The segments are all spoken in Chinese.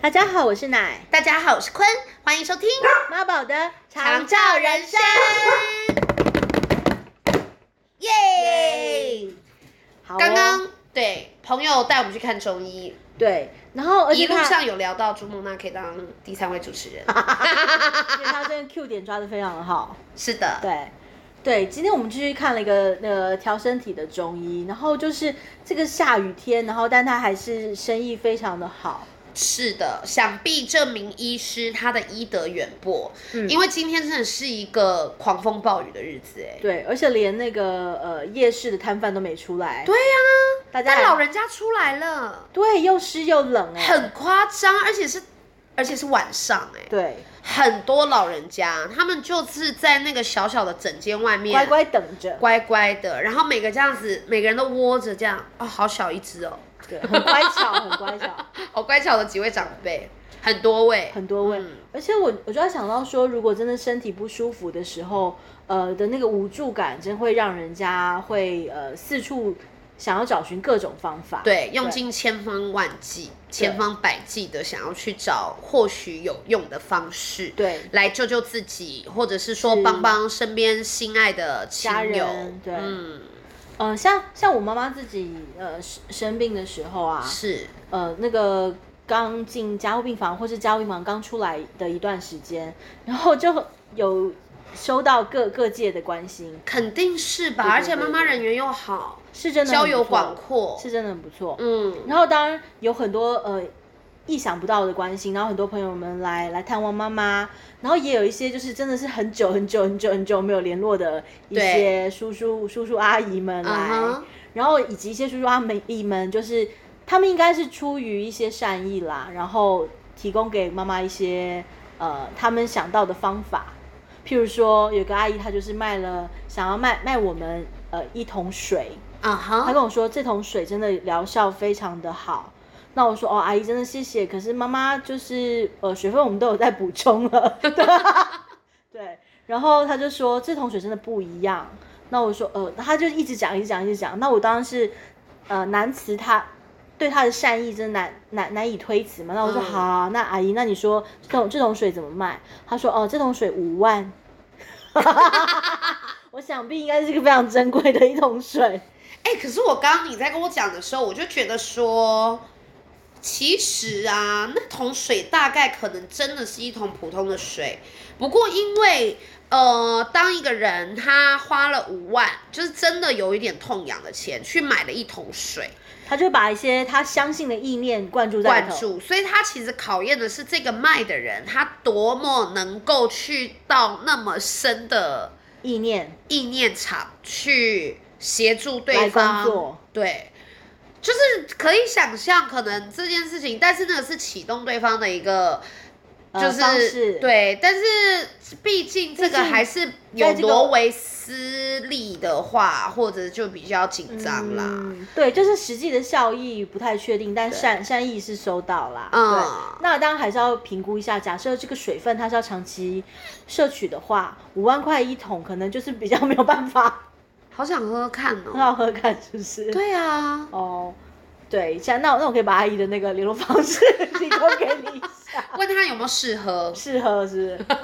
大家好，我是奶大家好，我是坤，欢迎收听《妈宝的长照人生》。耶！好哦刚刚对朋友带我们去看中医，对，然后而一且路他 上有聊到朱梦娜可以当第三位主持人。而且他这个 Q 点抓的非常的好，是的，对。对，今天我们就去看了一个那个调身体的中医，然后就是这个下雨天，然后但他还是生意非常的好，是的，想必这名医师他的医德远播，嗯因为今天真的是一个狂风暴雨的日子，哎，对，而且连那个呃夜市的摊贩都没出来，对呀、大家但还老人家出来了，对又湿又冷哎、很夸张，而且是而且是晚上，哎，对，很多老人家，他们就是在那个小小的诊间外面乖乖等着，乖乖的，然后每个这样子，每个人都窝着这样，哦，好小一只哦，对，很乖巧，很乖 巧。好乖巧的几位长辈，很多位，很多位，嗯而且我我就在想到说，如果真的身体不舒服的时候，呃的那个无助感，真会让人家会呃四处想要找寻各种方法。对，用尽千方万计、千方百计的想要去找或许有用的方式，对来救救自己，或者是说是帮帮身边心爱的亲家友人，对嗯，呃，像像我妈妈自己呃生生病的时候啊，是，呃那个刚进加护病房或是加护病房刚出来的一段时间，然后就有收到各各界的关心，肯定是吧，对对而且对妈妈对人缘又好，是真的很交不友错广，阔，是真的很不错。嗯，然后当然有很多呃意想不到的关心，然后很多朋友们来来探望妈妈，然后也有一些就是真的是很久很久很久很久没有联络的一对些叔叔叔叔阿姨们来嗯哼然后以及一些叔叔阿姨们，就是他们应该是出于一些善意啦，然后提供给妈妈一些呃他们想到的方法。譬如说，有个阿姨她就是卖了，想要卖卖我们呃一桶水，啊他哈，跟我说这桶水真的疗效非常的好。那我说哦，阿姨真的谢谢，可是妈妈就是呃水分我们都有在补充了， 对。然后他就说这桶水真的不一样。那我说呃，他就一直讲一直讲一直讲。那我当然是呃难辞他对他的善意真的难难难以推辞嘛。那我说、嗯好啊、那阿姨那你说这桶这桶水怎么卖？他说哦，这桶水五万。 我想必应该是一个非常珍贵的一桶水。哎、可是我刚刚你在跟我讲的时候，我就觉得说，其实啊，那桶水大概可能真的是一桶普通的水，不过因为呃，当一个人他花了五万，就是真的有一点痛痒的钱去买了一桶水他就把一些他相信的意念灌注在里灌头。注，所以他其实考验的是这个卖的人他多么能够去到那么深的意念，意念场去协助对来方工作对，就是可以想象可能这件事情，但是那个是启动对方的一个，呃就是、方式对，但是毕竟这个毕竟还是在有这个挪为私利的话，或者就比较紧张啦。嗯，对，就是实际的效益不太确定，但善善意是收到啦。嗯对，那当然还是要评估一下。假设这个水分它是要长期摄取的话，五万块一桶可能就是比较没有办法好想喝喝看哦。很好喝看，是不是？对啊，哦，对，这样那我那我可以把阿姨的那个联络方式 提供给你一下，问他有没有适合，适合是不是？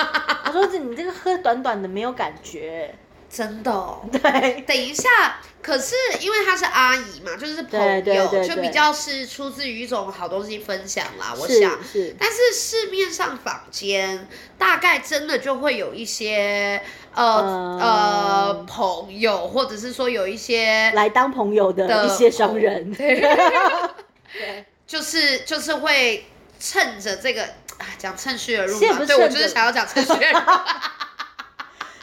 我说这你这个喝短短的没有感觉，真的、哦。对。等一下，可是因为她是阿姨嘛，就是朋友，对对对就对比较是出自于一种好东西分享啦。我是想，是但是市面上坊间大概真的就会有一些呃嗯呃朋友，或者是说有一些来当朋友的一些商人，对， 就是就是会趁着这个啊讲趁虚而入是也嘛不，是对我趁就是着想要讲趁虚而入。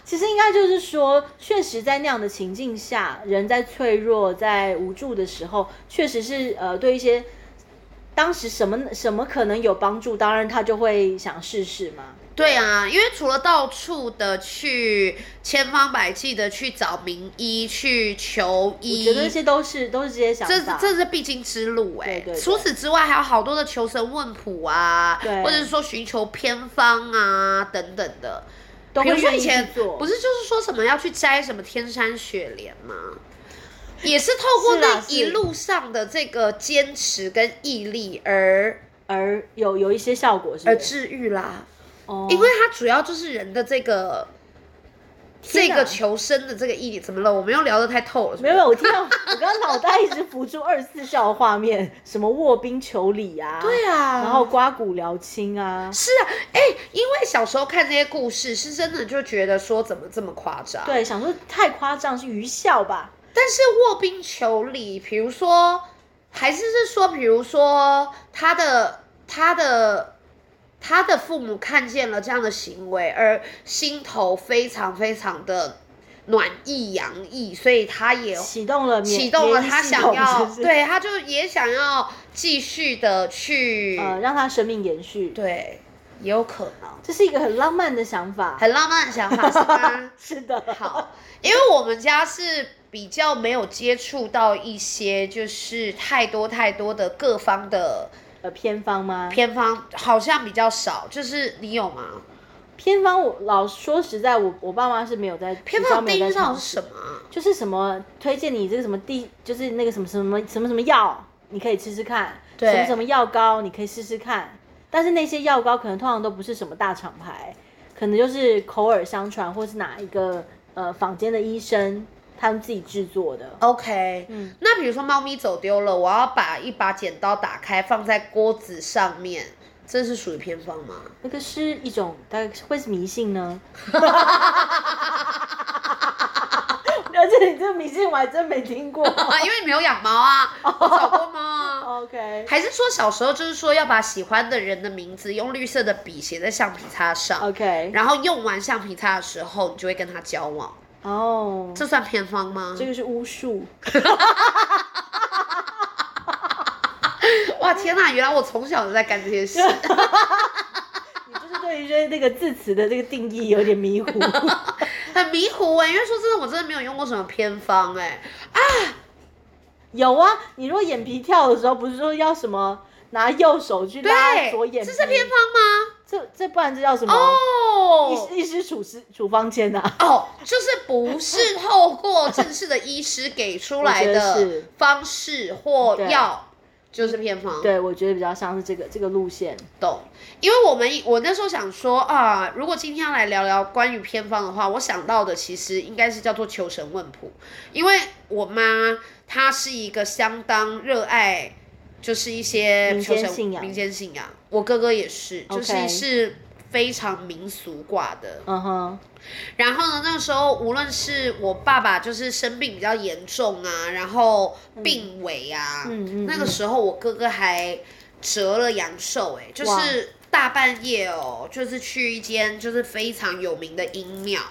其实应该就是说，确实在那样的情境下，人在脆弱、在无助的时候，确实是呃对一些当时什么什么可能有帮助，当然他就会想试试嘛。对啊，因为除了到处的去千方百计的去找名医去求我医，觉得这些都是都是这些想这法，这是必经之路哎、对对对除此之外，还有好多的求神问卜啊对，或者是说寻求偏方啊等等的。都比会如说愿以意去前做，不是就是说什么要去摘什么天山雪莲吗？也是透过是啦那一是路上的这个坚持跟毅力而而有有一些效果是而不是？治愈啦，哦，呃因为它主要就是人的这个这天哪个求生的这个意义，怎么了？我们又聊得太透了，是不没有，是没有，我听到我刚刚脑袋一直浮出二十四孝的画面，什么卧冰求鲤啊， 对啊，然后刮骨疗亲啊，是啊，哎、因为小时候看这些故事，是真的就觉得说怎么这么夸张。，对，想说太夸张是愚孝吧？但是卧冰求鲤，比如说，还是是说，比如说他的他的他的父母看见了这样的行为，而心头非常非常的暖意洋溢，所以他也启动了免哎启动了免疫他系想统要，是不是对，他就也想要继续的去，呃，让他生命延续，对，也有可能。这是一个很浪漫的想法。很浪漫的想法是吗？是的，好，因为我们家是比较没有接触到一些就是太多太多的各方的呃，偏方吗？偏方，好像比较少。就是你有吗？偏方我老说实在，我我爸妈是没有在偏比较方没定有在义上尝是试什么啊？就是什么推荐你这个什么地，就是那个什么什么什么什么药，你可以吃吃看。对什么什么药膏，你可以试试看。但是那些药膏可能通常都不是什么大厂牌，可能就是口耳相传，或是哪一个呃坊间的医生他们自己制作的。 OK，嗯那比如说猫咪走丢了，我要把一把剪刀打开放在锅子上面，这是属于偏方吗？那个是一种，大概会是迷信呢？而且你这迷信我还真没听过。啊，因为你没有养猫啊，我找过猫啊。 OK 还是说小时候就是说要把喜欢的人的名字用绿色的笔写在橡皮擦上 OK，然后用完橡皮擦的时候，你就会跟他交往，哦、这算偏方吗？这个是巫术。哇，天哪！原来我从小就在干这些 事。你就是对于这那个字词的这个定义有点迷糊。很迷糊哎、因为说真的，我真的没有用过什么偏方哎、有啊，你如果眼皮跳的时候，不是说要什么拿右手去拉左对，眼皮？这是偏方吗？这这不然这叫什么？哦医医师处师处方签呐、啊。哦，就是不是透过正式的医师给出来我觉得的是方式或对药，就是偏方。对，我觉得比较像是这个这个路线。懂，因为我们我那时候想说啊，如果今天要来聊聊关于偏方的话，我想到的其实应该是叫做求神问卜，因为我妈她是一个相当热爱，就是一些民求间神信仰民间信仰，我哥哥也是，就是 OK 是非常民俗挂的。嗯哼，然后呢，那时候无论是我爸爸就是生病比较严重啊，然后病危啊，嗯嗯嗯那个时候我哥哥还折了阳寿、欸，哎，就哇是大半夜哦，就是去一间就是非常有名的阴庙，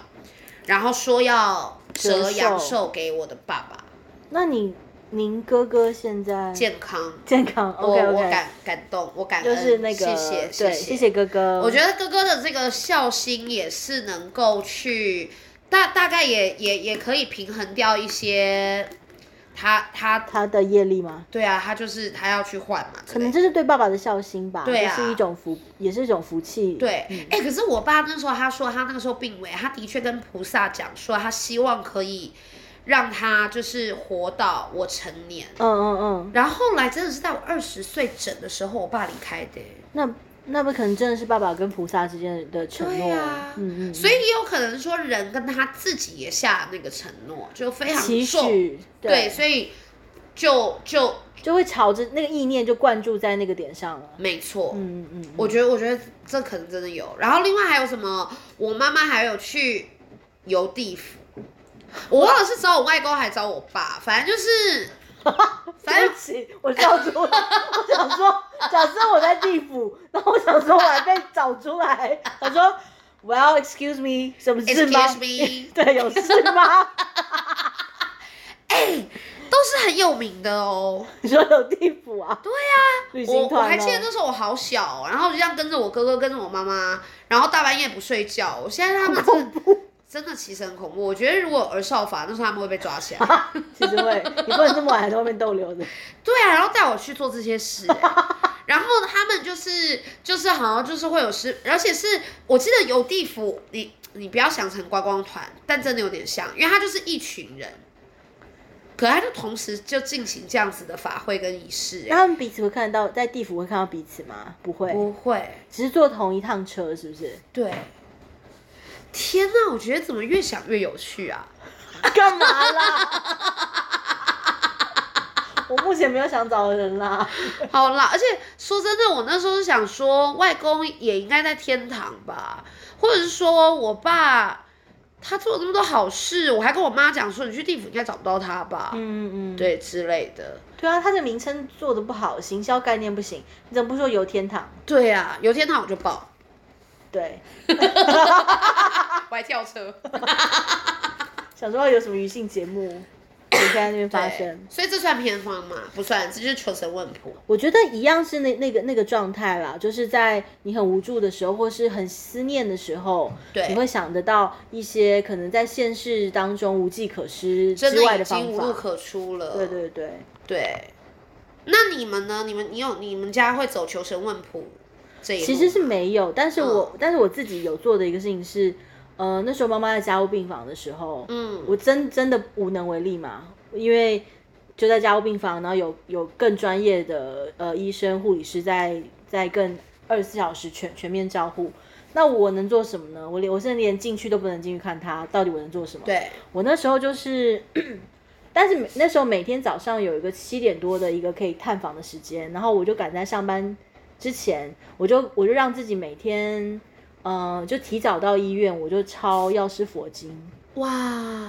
然后说要折折寿阳寿给我的爸爸，那你您哥哥现在健康。健康我？OK 我 OK，感感动，我感就恩，是那个谢谢，对，谢谢谢哥哥。我觉得哥哥的这个孝心也是能够去大大概也也也可以平衡掉一些他他他的业力吗？对啊，他就是他要去换嘛之可类能的。这是对爸爸的孝心吧，对啊也是一种福，也是一种福气。对，哎、可是我爸那时候他说他那个时候病危，他的确跟菩萨讲说他希望可以让他就是活到我成年。嗯嗯嗯。然后后来真的是在我二十岁整的时候，我爸离开的、那那不可能真的是爸爸跟菩萨之间的承对诺，呀、嗯嗯，所以也有可能说人跟他自己也下那个承诺，就非常期重。许对，所以就就就会朝着那个意念就灌注在那个点上了。没错，嗯嗯嗯，我觉得我觉得这可能真的有。然后另外还有什么？我妈妈还有去游地府，我忘了是找我外公还是找我爸，反正就是反对正不起，我笑出来，我想说，假设我在地府，然后我想说我还被找出来，他说，Well, excuse me，什么事吗 excuse me， 对，有事吗？ 都是很有名的哦。你说有地府啊？对呀、旅我行我团、哦、还记得那时候我好小哦、然后就这样跟着我哥哥，跟着我妈妈，然后大半夜不睡觉。我现在他们真的真的其实很恐怖。我觉得如果有儿少法，那时候他们会被抓起来。其实会，你不能这么晚还在外面逗留 的。对啊，然后带我去做这些事、欸然后他们就是就是好像就是会有师，而且是我记得有地府，你你不要想成观光团，但真的有点像，因为他就是一群人。可他就同时就进行这样子的法会跟仪式、那欸，他们彼此会看得到，在地府会看到彼此吗？不会，不会，只是坐同一趟车，是不 是？对。天呐，我觉得怎么越想越有趣啊！干嘛啦？ 我目前没有想找的人啦。好啦，而且说真的，我那时候是想说，外公也应该在天堂吧，或者是说我爸他做了那么多好事，我还跟我妈讲说，你去地府应该找不到他吧，嗯嗯，对之类的。对啊，它的名称做的不好，行销概念不行。你怎么不说游天堂？对啊，有天堂我就报，对，我还跳车，想说有什么娱性节目也在那边发对生，。所以这算偏方吗？不算，这就是求神问卜。我觉得一样是那那个那个状态啦，就是在你很无助的时候，或是很思念的时候，对你会想得到一些可能在现世当中无计可施真之外的已的方经无路法。可出了。对对对，对。那你们呢？你们你有你们家会走求神问卜这一路其实是没有，嗯但是我、但是我自己有做的一个事情是，呃，那时候妈妈在家务病房的时候，嗯我真真的无能为力嘛，因为就在家务病房，然后有有更专业的呃医生、护理师在在更二十四小时全全面照护。那我能做什么呢？我连我甚至连进去都不能进去看他，到底我能做什么？对我那时候就是，但是每那时候每天早上有一个七点多的一个可以探访的时间，然后我就赶在上班之前，我就我就让自己每天，呃，就提早到医院，我就抄药师佛经。哇，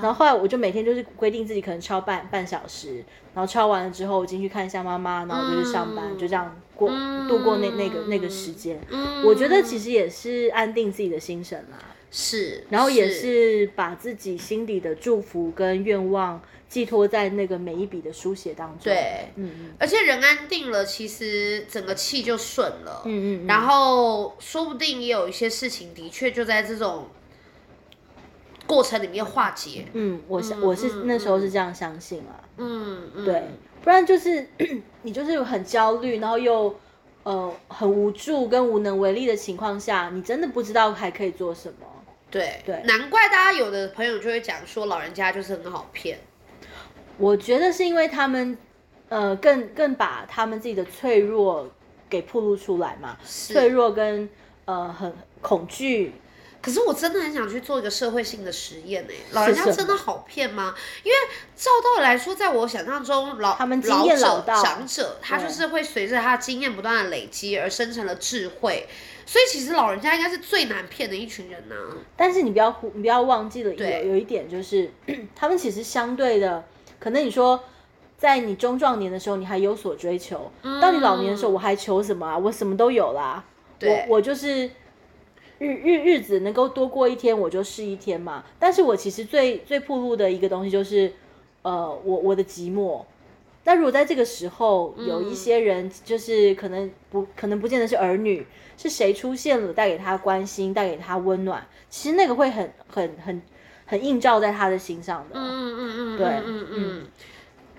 然后后来我就每天就是规定自己可能抄半半小时，然后抄完了之后我进去看一下妈妈，然后我就去上班，嗯就这样过、嗯度过那那个那个时间。嗯我觉得其实也是安定自己的心神啦，是，然后也是把自己心里的祝福跟愿望寄托在那个每一笔的书写当中。对嗯，嗯而且人安定了，其实整个气就顺了。嗯嗯嗯然后说不定也有一些事情的确就在这种过程里面化解。嗯，我想嗯我是、嗯那时候是这样相信啊。嗯嗯，对，不然就是 你就是很焦虑，然后又呃很无助跟无能为力的情况下，你真的不知道还可以做什么。对对难怪大家有的朋友就会讲说老人家就是很好骗。我觉得是因为他们呃更更把他们自己的脆弱给暴露出来嘛，脆弱跟呃很恐惧，可是我真的很想去做一个社会性的实验诶、老人是家什么真的好骗吗？因为照道理来说，在我想象中，老他们经验老老者道长者，他对就是会随着他的经验不断的累积而生成了智慧，所以其实老人家应该是最难骗的一群人呐、但是你不要忽你不要忘记了对有有一点就是 他们其实相对的，可能你说。在你中壮年的时候，你还有所追求；到你老年的时候，我还求什么啊？我什么都有啦。对我我就是日日日子能够多过一天，我就是一天嘛。但是我其实最最铺路的一个东西就是，呃，我我的寂寞。那如果在这个时候有嗯一些人，就是可能不可能不见得是儿女，是谁出现了带给他关心，带给他温暖，其实那个会很很很很映照在他的心上的。嗯嗯嗯，对嗯嗯嗯，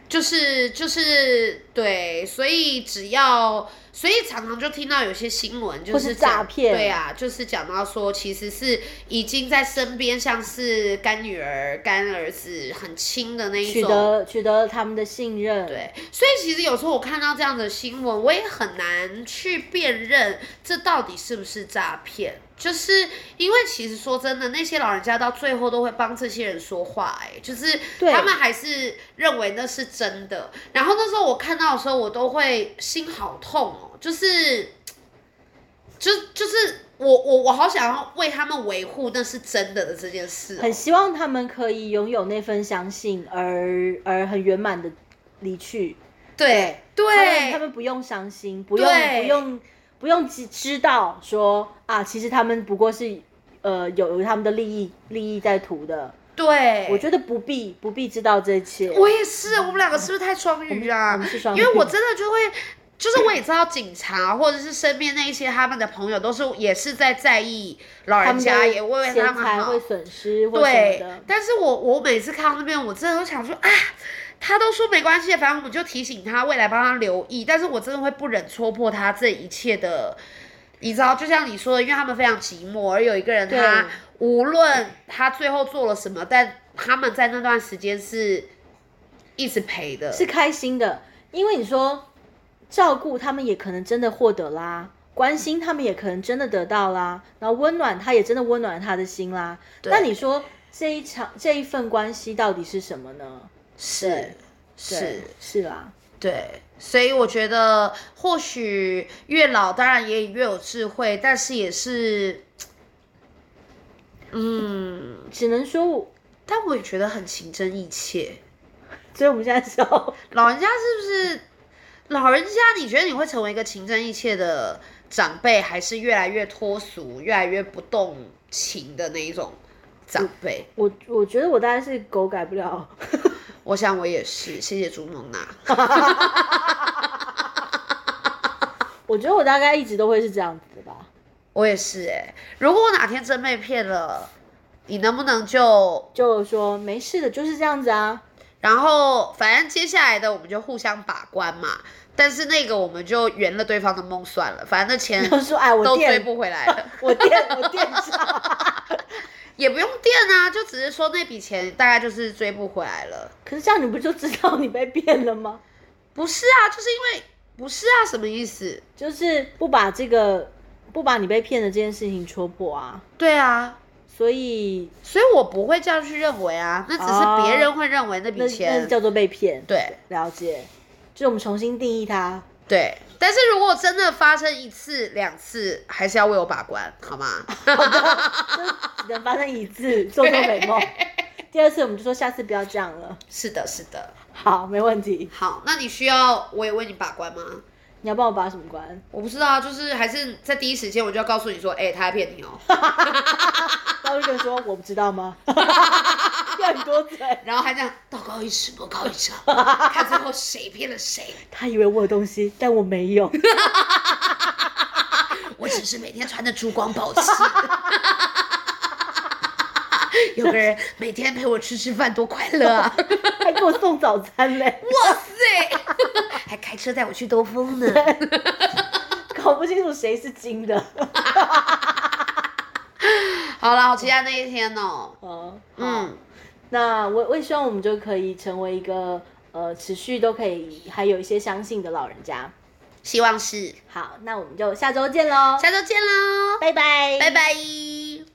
就是就是对，所以只要，所以常常就听到有些新闻，就或是讲诈骗对啊，就是讲到说其实是已经在身边，像是干女儿、干儿子很亲的那一取种。得取得了他们的信任，对，所以其实有时候我看到这样的新闻，我也很难去辨认这到底是不是诈骗。就是因为其实说真的，那些老人家到最后都会帮这些人说话、哎，就是对他们还是认为那是真的。然后那时候我看到的时候，我都会心好痛哦，就是，就就是我我我好想要为他们维护那是真的的这件事哦、很希望他们可以拥有那份相信而，而很圆满的离去。对他们对，他们不用伤心，不用对不用不用知知道说啊，其实他们不过是呃有有他们的利益利益在图的。对，我觉得不必不必知道这一切。我也是，我们两个是不是太双鱼我啊们是双？鱼因为我真的就会，就是我也知道警察或者是身边那一些他们的朋友都是也是在在意老他人们家，的也为为他钱们财好会。损失或什么对的，，但是我我每次看到那边，我真的都想说啊，他都说没关系，反正我们就提醒他，未来帮他留意。但是我真的会不忍戳破他这一切的，你知道，就像你说的，因为他们非常寂寞，而有一个人对他无论他最后做了什么，但他们在那段时间是一直陪的，是开心的，因为你说照顾他们也可能真的获得啦，关心他们也可能真的得到啦，然后温暖他也真的温暖了他的心啦。对那你说这一场这一份关系到底是什么呢？是对是，是啦，对，所以我觉得或许越老当然也越有智慧，但是也是，嗯，只能说我，但我也觉得很情真意切。所以我们现在笑。老人家是不是？老人家，你觉得你会成为一个情真意切的长辈，还是越来越脱俗、越来越不动情的那一种长辈？我我觉得我大概是狗改不了， 我想我也是，谢谢朱梦娜。我觉得我大概一直都会是这样子吧。我也是哎、如果我哪天真被骗了，你能不能就就说没事的，就是这样子啊。然后反正接下来的我们就互相把关嘛。但是那个我们就圆了对方的梦算了，反正那钱就说哎， 我都追垫，不回来 了，我垫，我垫上。也不用垫啊，就只是说那笔钱大概就是追不回来了。 可是这样你不就知道你被骗了吗？不是啊，就是因为不是啊，什么意思？就是不把这个不把你被骗的这件事情戳破啊。对啊，所以所以我不会这样去认为啊，那只是别人会认为那那笔那钱，是叫做被骗。，对了解。就是我们重新定义它。对。但是如果真的发生一次两次，还是要为我把关，好吗？ 只能发生一次，做做美 梦。第二次我们就说下次不要这样了。是的，是的。好，没问题。好，那你需要我也为你把关吗？你要帮我把什么关？我不知道啊，就是还是在第一时间我就要告诉你说，哎、他在骗你 哦，然后就跟你说我不知道 吗？要你多嘴。然后还这样道高一尺，魔高一 丈，看最后谁骗了谁。他以为我有东西，但我没有。我只是每天穿着珠光宝气。有个人每天陪我吃吃饭，多快乐啊！还给我送早餐嘞，哇塞， 还开车带我去兜风呢。搞不清楚谁是金的。 好了，好期待那一天哦。哦，嗯，嗯，那我我也希望我们就可以成为一个呃持续都可以还有一些相信的老人家。希望是好，那我们就下周见喽，下周见喽，拜拜，拜拜。